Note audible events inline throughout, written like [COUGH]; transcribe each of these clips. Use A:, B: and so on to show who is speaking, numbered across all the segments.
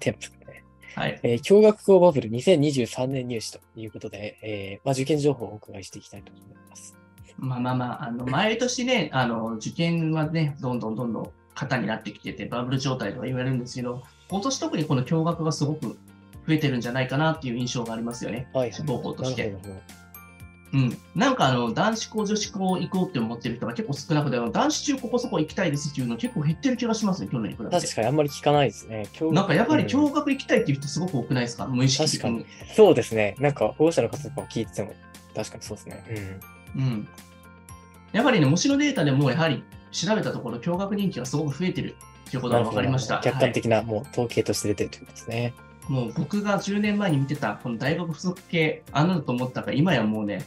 A: テンプスね。
B: はい。
A: えー、共学校バブル2023年入試ということで、えーまあ、受験情報をお伺いしていきたいと思います。
B: まあまあまあ、あの毎年ね、あの受験はね、どんどんどんどん型になってきてて、バブル状態とか言われるんですけど、今年特にこの驚愕がすごく増えてるんじゃないかなっていう印象がありますよね、
A: はい、はい。
B: 志望校として
A: な。るほどなる
B: うん、なんかあの男子校、女子校行こうって思ってる人が結構少なくて、あの男子中ここそこ行きたいですっていうの結構減ってる気がしますね、去年に比べ
A: ほど。
B: て
A: 確。かにあんまり聞かないですね。共学
B: なんかやっぱり
A: うん
B: 驚愕行きたいっていう人すごく多くないですか、無意識的に。
A: そうですね。なんか保護者の方とかを聞いてても、確かにそうですね。うん。
B: うん、やっぱりね、模試のデータでもやはり調べたところ、驚愕人気がすごく増えてるっていうことが分かりました。
A: なるほど客
B: は
A: 観
B: い
A: 的な、もう統計として出てるということですね。
B: もう僕が10年前に見てた、この大学附属系、あんなのと思ったから、今やもうね、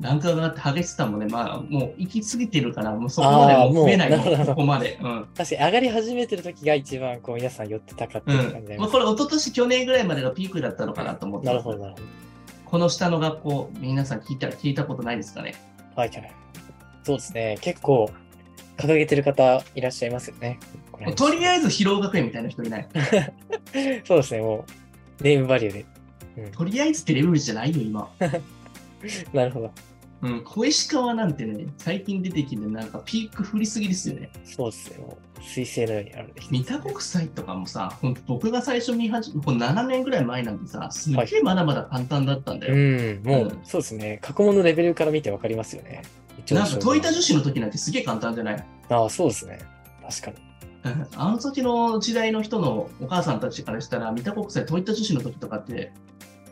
B: ランクが上がって激しさもね、まあ、もう行き過ぎてるから、もうそこまで
A: あー
B: もう増えない
A: もうなるほ
B: の、
A: ど
B: ここまで。うん
A: 確かに上がり始めてる時が一番こう皆さん寄ってたかって
B: う
A: いう感じ
B: ん
A: で、
B: まあ、これ、一昨年去年ぐらいまでがピークだったのかなと思って、
A: なるほど、なるほ
B: この下の学校、皆さん聞いた聞いたことないですかね。
A: ど。はいはい。そうですね。結構掲げてる方いらっしゃいますよね。これ
B: とりあえず、疲労学園みたいな人いない。
A: そうですね。もうネームバリューで。
B: とりあえずってレベルじゃないよ、今。
A: なるほど。
B: うん、小石川なんてね、最近出てきて、なんかピーク振りすぎですよね。
A: そうですね。もう彗星のようにある
B: 三田国際とかもさ、ほんと僕が最初見始め、こう7年ぐらい前なんでさ、すっげえまだまだ簡単だったんだよ。
A: うん、も
B: う
A: うんそうですね。過去問のレベルから見てわかりますよね。
B: なんか、トイタ女
A: 子
B: 子の時なんてすげえ簡単じゃない [LAUGHS]
A: ああ、そうですね。確かに。
B: うんあの時の時代の人のお母さんたちからしたら、三田国際、トイタ女子の時とかって、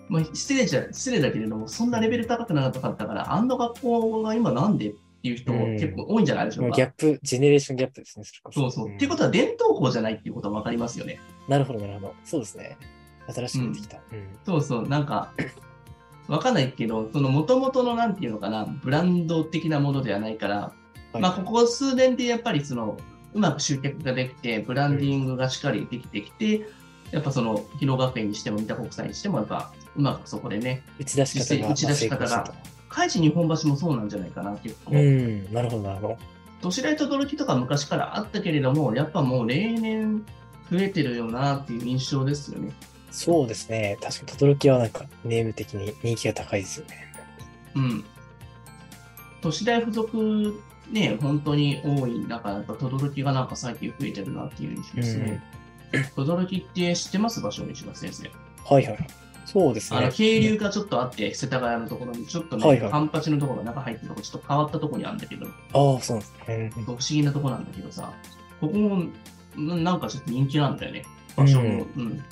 B: まあ、失礼じゃ失礼だけれども、そんなレベル高くなかったから、あんな学校が今なんでっていう人も結構多いんじゃないでしょ
A: も
B: う
A: う
B: か。
A: ギャップ、ジェネレーションギャップですね。それこ
B: そうそう。
A: ん
B: っていうことは、伝統校じゃないっていうことは分かりますよね。
A: なるほど、なるほど。そうですね。新しく出てきた。うん
B: そうそう、なんか、わかんないけど、その元々のなんていうのかな、ブランド的なものではないから、
A: はい
B: まあ、ここ数年でやっぱりその、うまく集客ができて、ブランディングがしっかりできてきて、やっぱその、広学園にしても、三田国際にしても、やっぱ、うまくそこでね、
A: 打ち出し方がまあ
B: 打ち出し方
A: 成
B: が
A: 功したと
B: 開示日本橋もそうなんじゃないかな、結構。
A: うん、なるほど、なるほど。
B: どしらえと驚きとか昔からあったけれども、やっぱもう例年増えてるよなっていう印象ですよね。
A: そうですね。確かに、轟はなんか、ネーム的に人気が高いですよね。
B: うん。都市大附属ね、本当に多い中、やっぱ轟がなんか最近増えてるなっていう印象ですね。轟って知ってます場所にします先生。
A: はいはい。そうです
B: あ
A: ね
B: の、。渓流がちょっとあって、世田谷のところに、ちょっとね、
A: はいはい
B: カンパチのところが中入ってるとこ、ちょっと変わったとこにあるんだけど、
A: ああ、そうなんですね。うん
B: 不思議なとこなんだけどさ、ここもななんかちょっと人気なんだよね。場所も、う
A: な
B: ん。
A: る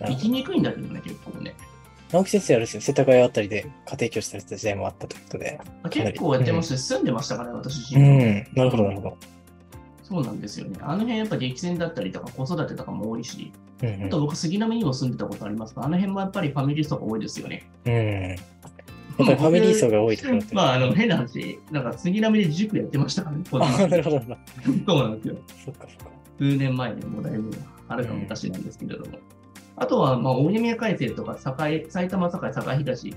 B: 行
A: ほ
B: き
A: ど
B: にくいんだけどね、結構ね。
A: 直木先生あるですよ。世田谷あたりで家庭教師されてた時代もあったということで。
B: 結構やってまして、住んでましたからね、私自
A: う
B: 身も。
A: ん、なるほど、なるほど。
B: そうなんですよね。あの辺やっぱ激戦だったりとか子育てとかも多いし、
A: うん
B: あと僕杉並にも住んでたことありますが、あの辺もやっぱりファミリー層が多いですよね。
A: うん、やっぱ [LAUGHS] りファミリー層が多いところって。
B: まああの変な話、なんか杉並で塾やってましたからね、子供
A: [LAUGHS] あ、なるほど。なるほど
B: そうなんですよ。
A: そっかそっか。
B: 数年前でもうだいぶあるか昔なんですけれども。あとは、まあ、大宮改正とか栄、埼玉栄、栄東、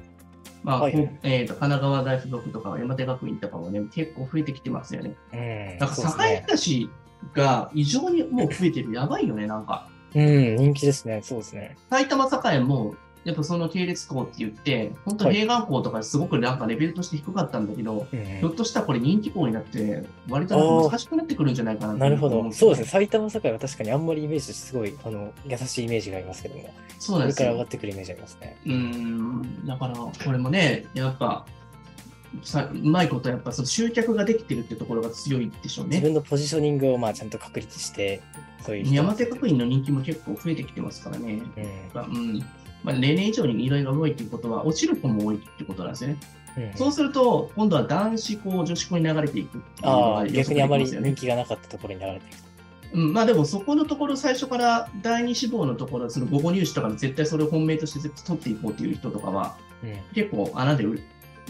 B: まあ
A: はいはい
B: こうえーと神奈川大附属とか山手学院とかもね、結構増えてきてますよね。
A: うん。
B: なんか
A: そうです
B: 栄
A: ね。
B: 東が異常にもう増えてる、やばいよね、なんか。
A: うん、人気ですね。そうですね。
B: 埼玉栄も、やっぱその系列校って言って、本当
A: はい
B: 併願校とかすごくなんかレベルとして低かったんだけど、
A: うん
B: ひょっとしたらこれ人気校になって、割となんか難しくなってくるんじゃないかな
A: なるほど。そうですね。
B: ね。
A: 埼玉栄は確かにあんまりイメージとしてすごい、あの、優しいイメージがありますけども、
B: そう
A: こ
B: なん
A: れ
B: です
A: から上が
B: よ。
A: ってくるイメージありますね。
B: うん、だからこれもね、やっぱ、さうまいことやっぱその集客ができてるってところが強いでしょう
A: 自
B: ね。
A: 分のポジショニングをまあちゃんと確立して、そういう人
B: 山手学院の人気も結構増えてきてますからね。
A: うん。
B: やっぱうんまあ、例年以上に依頼が多いっていうことは、落ちる子も多いってことなんですよね。
A: うん
B: そうすると、今度は男子校、女子校に流れていくっていうの
A: あ
B: が
A: あ、
B: 予
A: 逆
B: 測
A: にあ
B: で
A: ま
B: きま
A: り
B: すよ
A: 人
B: ね。
A: 気がなかったところに流れていく。
B: うん、まあでもそこのところ最初から第二志望のところ、その午後入試とかで絶対それを本命として絶対取っていこうという人とかは、
A: うん。
B: 結構穴でう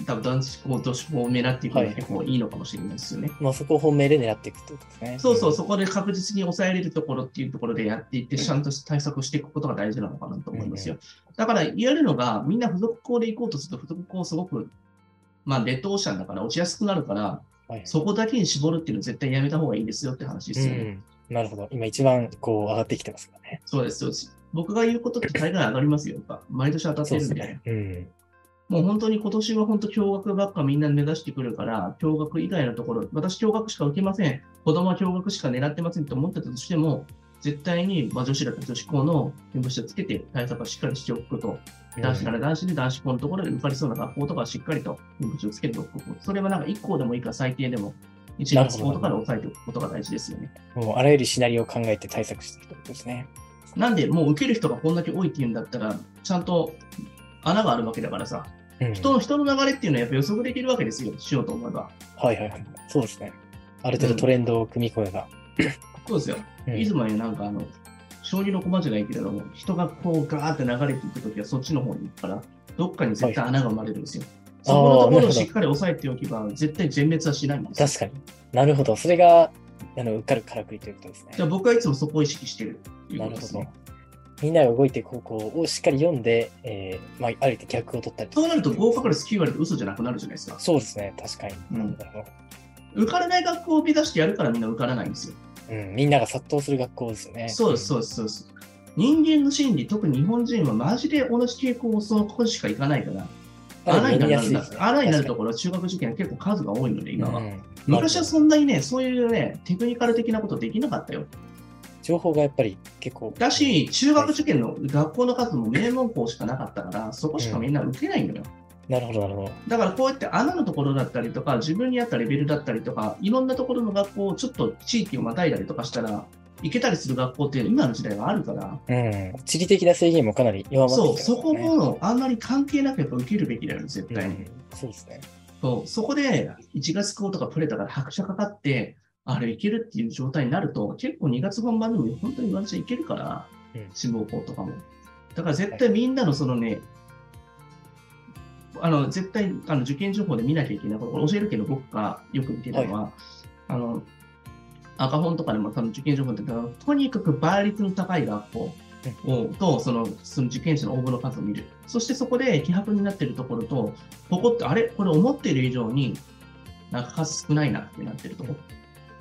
B: 多分男子校、女子校を狙っていくのが結構いいのかもしれないですよね。
A: まあそこを本命で狙っていくってことですね。
B: そうそう、
A: う
B: そこで確実に抑えれるところっていうところでやっていって、ちゃんと対策をしていくことが大事なのかなと思いますよ。だから言えるのが、みんな付属校で行こうとすると、付属校すごく、まあ、レッドオーシャンだから落ちやすくなるから、
A: ん。はい
B: そこだけに絞るっていうのは絶対やめた方がいいですよって話で
A: う
B: すよね。
A: ん。なるほど。今一番こう上がってきてますからね。
B: そうです、そうです。僕が言うことって大概上がりますよ、やっぱ。毎年当たっ
A: そ
B: て
A: うで
B: るん
A: す
B: で。
A: ね。うん。
B: もう本当に今年は本当、共学ばっかみんな目指してくるから、共学以外のところ、私、共学しか受けません、子供は共学しか狙ってませんと思ってたとしても、絶対に、まあ、女子だったら女子校の弁護士をつけて対策はしっかりしておくこと、男子から男子で男子校のところで受かりそうな学校とかはしっかりと弁護士をつけておくこと、それはなんか1校でもいいから最低でも、1
A: なる
B: 月
A: ほど
B: 校とかで抑えておくことが大事ですよね。
A: もうあらゆるシナリオを考えて対策していくということですね。
B: なんで、もう受ける人がこんだけ多いっていうんだったら、ちゃんと穴があるわけだからさ、
A: うん、
B: 人の人の流れっていうのはやっぱ予測できるわけですよ、しようと思えば。
A: はいはいはい。そうですね。ある程度トレンドを組み込めば。
B: そうですよ。
A: うん
B: いつもよりなんかあの、将棋の駒じゃないけれども、人がこうガーって流れていくときはそっちの方に行くから、どっかに絶対穴が生まれるんですよ。そこのところをしっかり押さえておけば、絶対全滅はしないんですよ。
A: 確かに。なるほど。それが、あの、うっかるからくりということですね
B: だ。から僕はいつもそこを意識してるっていう
A: な
B: こ
A: る
B: とで
A: ほ
B: す
A: ど
B: ね。。
A: みんなが動いていく方向をしっかり読んで、えーまあ、ある程度逆を取ったりとか
B: そうなると合格率9割で嘘じゃなくなるじゃないですか。
A: そうですね、確かに。
B: うん
A: なんだろ
B: 受からない学校を目指してやるからみんな受からないんですよ。
A: ううん、みんなが殺到する学校ですよね。
B: そうです、そうです、そうです。人間の心理、特に日本人はマジで同じ傾向をそのこしか行かないから、
A: あ
B: 穴になる
A: やすいですね
B: 穴になるところは中学受験は結構数が多いので、今は。
A: うん
B: 昔はそんなにね、そういうね、テクニカル的なことできなかったよ。
A: 情報がやっぱり結構。
B: だし、中学受験の学校の数も名門校しかなかったから、そこしかみんな受けないのよ。
A: なるほど、なるほど。
B: だからこうやって穴のところだったりとか、自分に合ったレベルだったりとか、いろんなところの学校をちょっと地域をまたいだりとかしたら、行けたりする学校って今の時代はあるから、
A: うん。地理的な制限もかなり弱まってきて
B: そ
A: ま
B: う、
A: すね
B: そこもあんまり関係なくやっぱ受けるべきだよね、絶
A: う
B: 対に。
A: ん。そうですね。
B: そうそこで1月校とかプレタから拍車かかって、あれいけるっていう状態になると、結構2月本番でも本当に私はいけるから
A: うん、
B: 志望校とかも。だから絶対みんなのそのね、あの絶対あの受験情報で見なきゃいけないこと、これ教えるけど僕がよく見てたのは、あの赤本とかでも多分受験情報って言うけどとにかく倍率の高い学校をとそのその受験者の応募の数を見る。そしてそこで希薄になってるところと、ここってあれこれ思ってる以上になんか数少ないなってなってるとこ。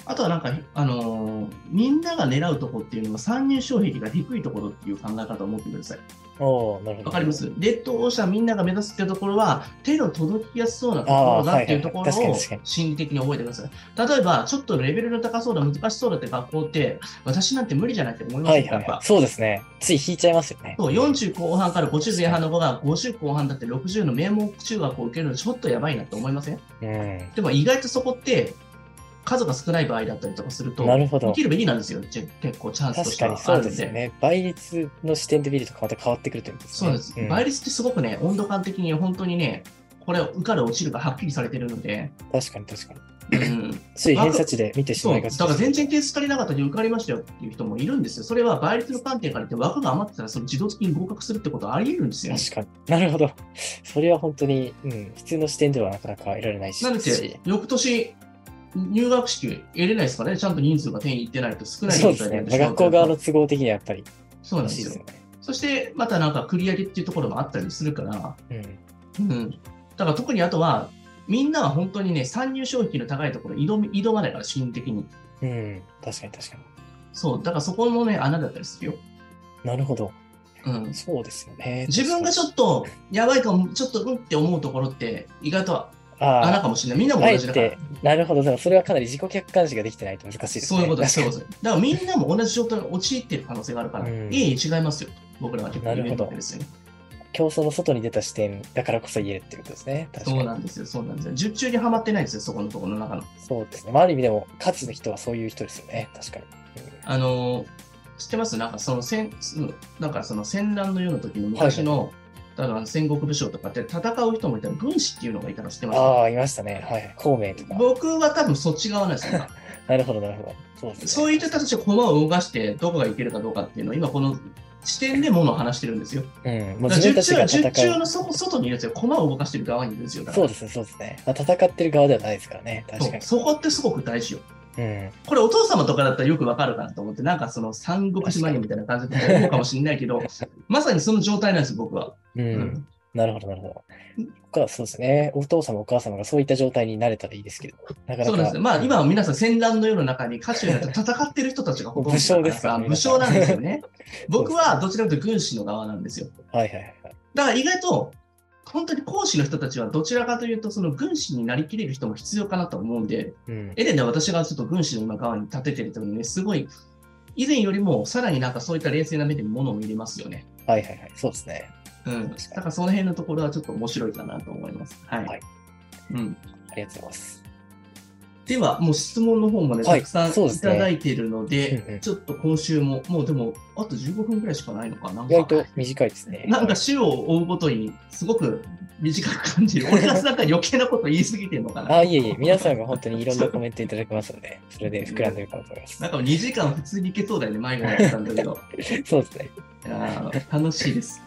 B: あとはなんか、あのーみんなが狙うとこっていうのは参入障壁が低いところっていう考え方を持ってください。
A: おーなるほど。
B: わかります劣等者みんなが目指すっていうところは手の届きやすそうなところだっていうところ
A: あーはいはい
B: を
A: 確かに確かに
B: 心理的に覚えてください。例えば、ちょっとレベルの高そうな難しそうだって学校って私なんて無理じゃないって思いま
A: は
B: すよ、
A: いは
B: や
A: い
B: っ
A: は
B: ぱ
A: い。。そうですね。つい引いちゃいますよね。
B: そう40後半から50前半の子が50後半だって60の名門中学を受けるのちょっとやばいなって思いません
A: うん。
B: でも意外とそこって数が少ない場合だったりとかすると、
A: なるほ
B: 生
A: ど
B: き。るべきなんですよ、じゃ結構チャンスと
A: 確
B: して
A: か
B: は
A: にそう
B: ある
A: で
B: ん
A: すよ
B: で。
A: ね。倍率の視点で見るとまた変わってくるということです
B: そう
A: ね。
B: なんです、
A: ん
B: 倍率ってすごくね、温度感的に本当にね、これ、受かる落ちるがはっきりされてるので、
A: 確かに確かに。
B: うん、
A: つい偏差値で見てし
B: そ
A: ま
B: う、
A: いが
B: だ
A: ち
B: から全然点数足りなかったのに受かりましたよっていう人もいるんですよ。それは倍率の観点から言って枠が余ってたら、その自動的に合格するってことはあり得るんですよね。
A: 確かに。なるほど。それは本当に、うん、普通の視点ではなかなか得られないし。
B: なので、翌年、入学式得れないですからね、ちゃんと人数が定員いってないと少ない
A: そう
B: 状
A: です
B: 態
A: ね。
B: になってしまう
A: 学
B: と
A: 校側の都合的にはやっぱり
B: そうなん
A: 欲し
B: で
A: いですす
B: よ
A: よ。ね。
B: そして、またなんか繰り上げっていうところもあったりするから、
A: うん。
B: うん。だから特にあとは、みんなは本当にね、参入障壁の高いところ挑み、挑まないから、心理的に。
A: うん。確かに確かに。
B: そう、だからそこもね、穴だったりするよ。
A: なるほど。
B: うん。
A: そうですよね。
B: 自分がちょ
A: っ
B: っと、やばいかも、ちょっと、うんって思うところって、意外と
A: と、あ
B: 穴
A: あ
B: かもしれない。みんなも
A: あえ
B: 同じだから。
A: て、なるほど。だからそれはかなり自己客観視ができてないと難しいですね。
B: そういうことです。そういう
A: 確
B: こ
A: か
B: とです。だからみんなも同じ状態に陥っている可能性があるから、
A: う
B: い
A: ん
B: えいえ違いますよと。僕らは結構言えるわけですよね。
A: に競争の外に出た視点だからこそ言えるっていうことですね。確か
B: そう
A: に。
B: なんですよ。そうなんですよ。術中にはまってないんですよ、そこのところの中の。
A: そうですね。まあ、ある意味でも、勝つ人はそういう人ですよね。確かに。
B: あのー知ってますなんかその戦、うんなんかその戦乱の世の時の昔の、だから戦国武将とかって戦う人もいたら、軍師っていうのがいたの知ってます
A: ああ、いましたね。はい。孔明とか。
B: 僕は多分そっち側なんです
A: [LAUGHS]
B: よ。
A: なるほど、なるほど。そうですね。
B: そういう人たちが駒を動かして、どこがいけるかどうかっていうのを、今この視点でものを話してるんですよ。
A: うん。もう
B: だから
A: 自分たち
B: 術
A: が
B: 中
A: 戦
B: 術中
A: う。
B: のそ外にいるんですよ。駒を動かしてる側にいるんですよ。だか
A: そう
B: ら
A: ですね、そうですね。まあ戦ってる側ではないですからね。確かに。
B: そうそこってすごく大事よ。
A: うん。
B: これお父様とかだったらよくわかるかなと思って、なんかそ
A: [LAUGHS]
B: の三国志マニアみたいな感じで思うかもしれないけど、まさにその状態なんです、僕は。
A: う。
B: うんん
A: なるほど、なるほど。ここからそうですね。お父様、お母様がそういった状態になれたらいいですけど、なかなか。
B: そうなんですよ。まあ、今は皆さん戦乱の世の中に家臣になって戦ってる人たちがほとんどだら
A: 武将ですからね
B: 武将なんです
A: [LAUGHS]
B: よね。僕はどちらかというと軍師の側なんですよ。
A: はいはいはい。
B: だから意外と、本当に講師の人たちはどちらかというと、その軍師になりきれる人も必要かなと思うんで、
A: うん。
B: エレンで私がちょっと軍師の今側に立ててるときにね、すごい、以前よりもさらになんかそういった冷静な目で物を見れますよね。
A: はいはいはい。そうですね。
B: うん。だからその辺のところはちょっと面白いかなと思います。はい。
A: はい
B: うん、
A: ありがとうございます。
B: では、もう質問の方もね、
A: はい
B: たくさんい
A: そうですね
B: ただいているので、
A: うんうん
B: ちょっと今週も、もうでも、あと15分ぐらいしかないのかな。なん
A: 意外
B: か
A: と短いですね。
B: なんか週を追うごとに、すごく短く感じる。俺がなんか余計なこと言い過ぎてるのかな。
A: あ、いえいえ、皆さんが本当にいろんなコメントいただきますので、それで膨らんでるかなと思います
B: な。んか2時間普通にいけそうだよね、前がやってたんだけど。
A: そうですね。
B: いやー楽しいです。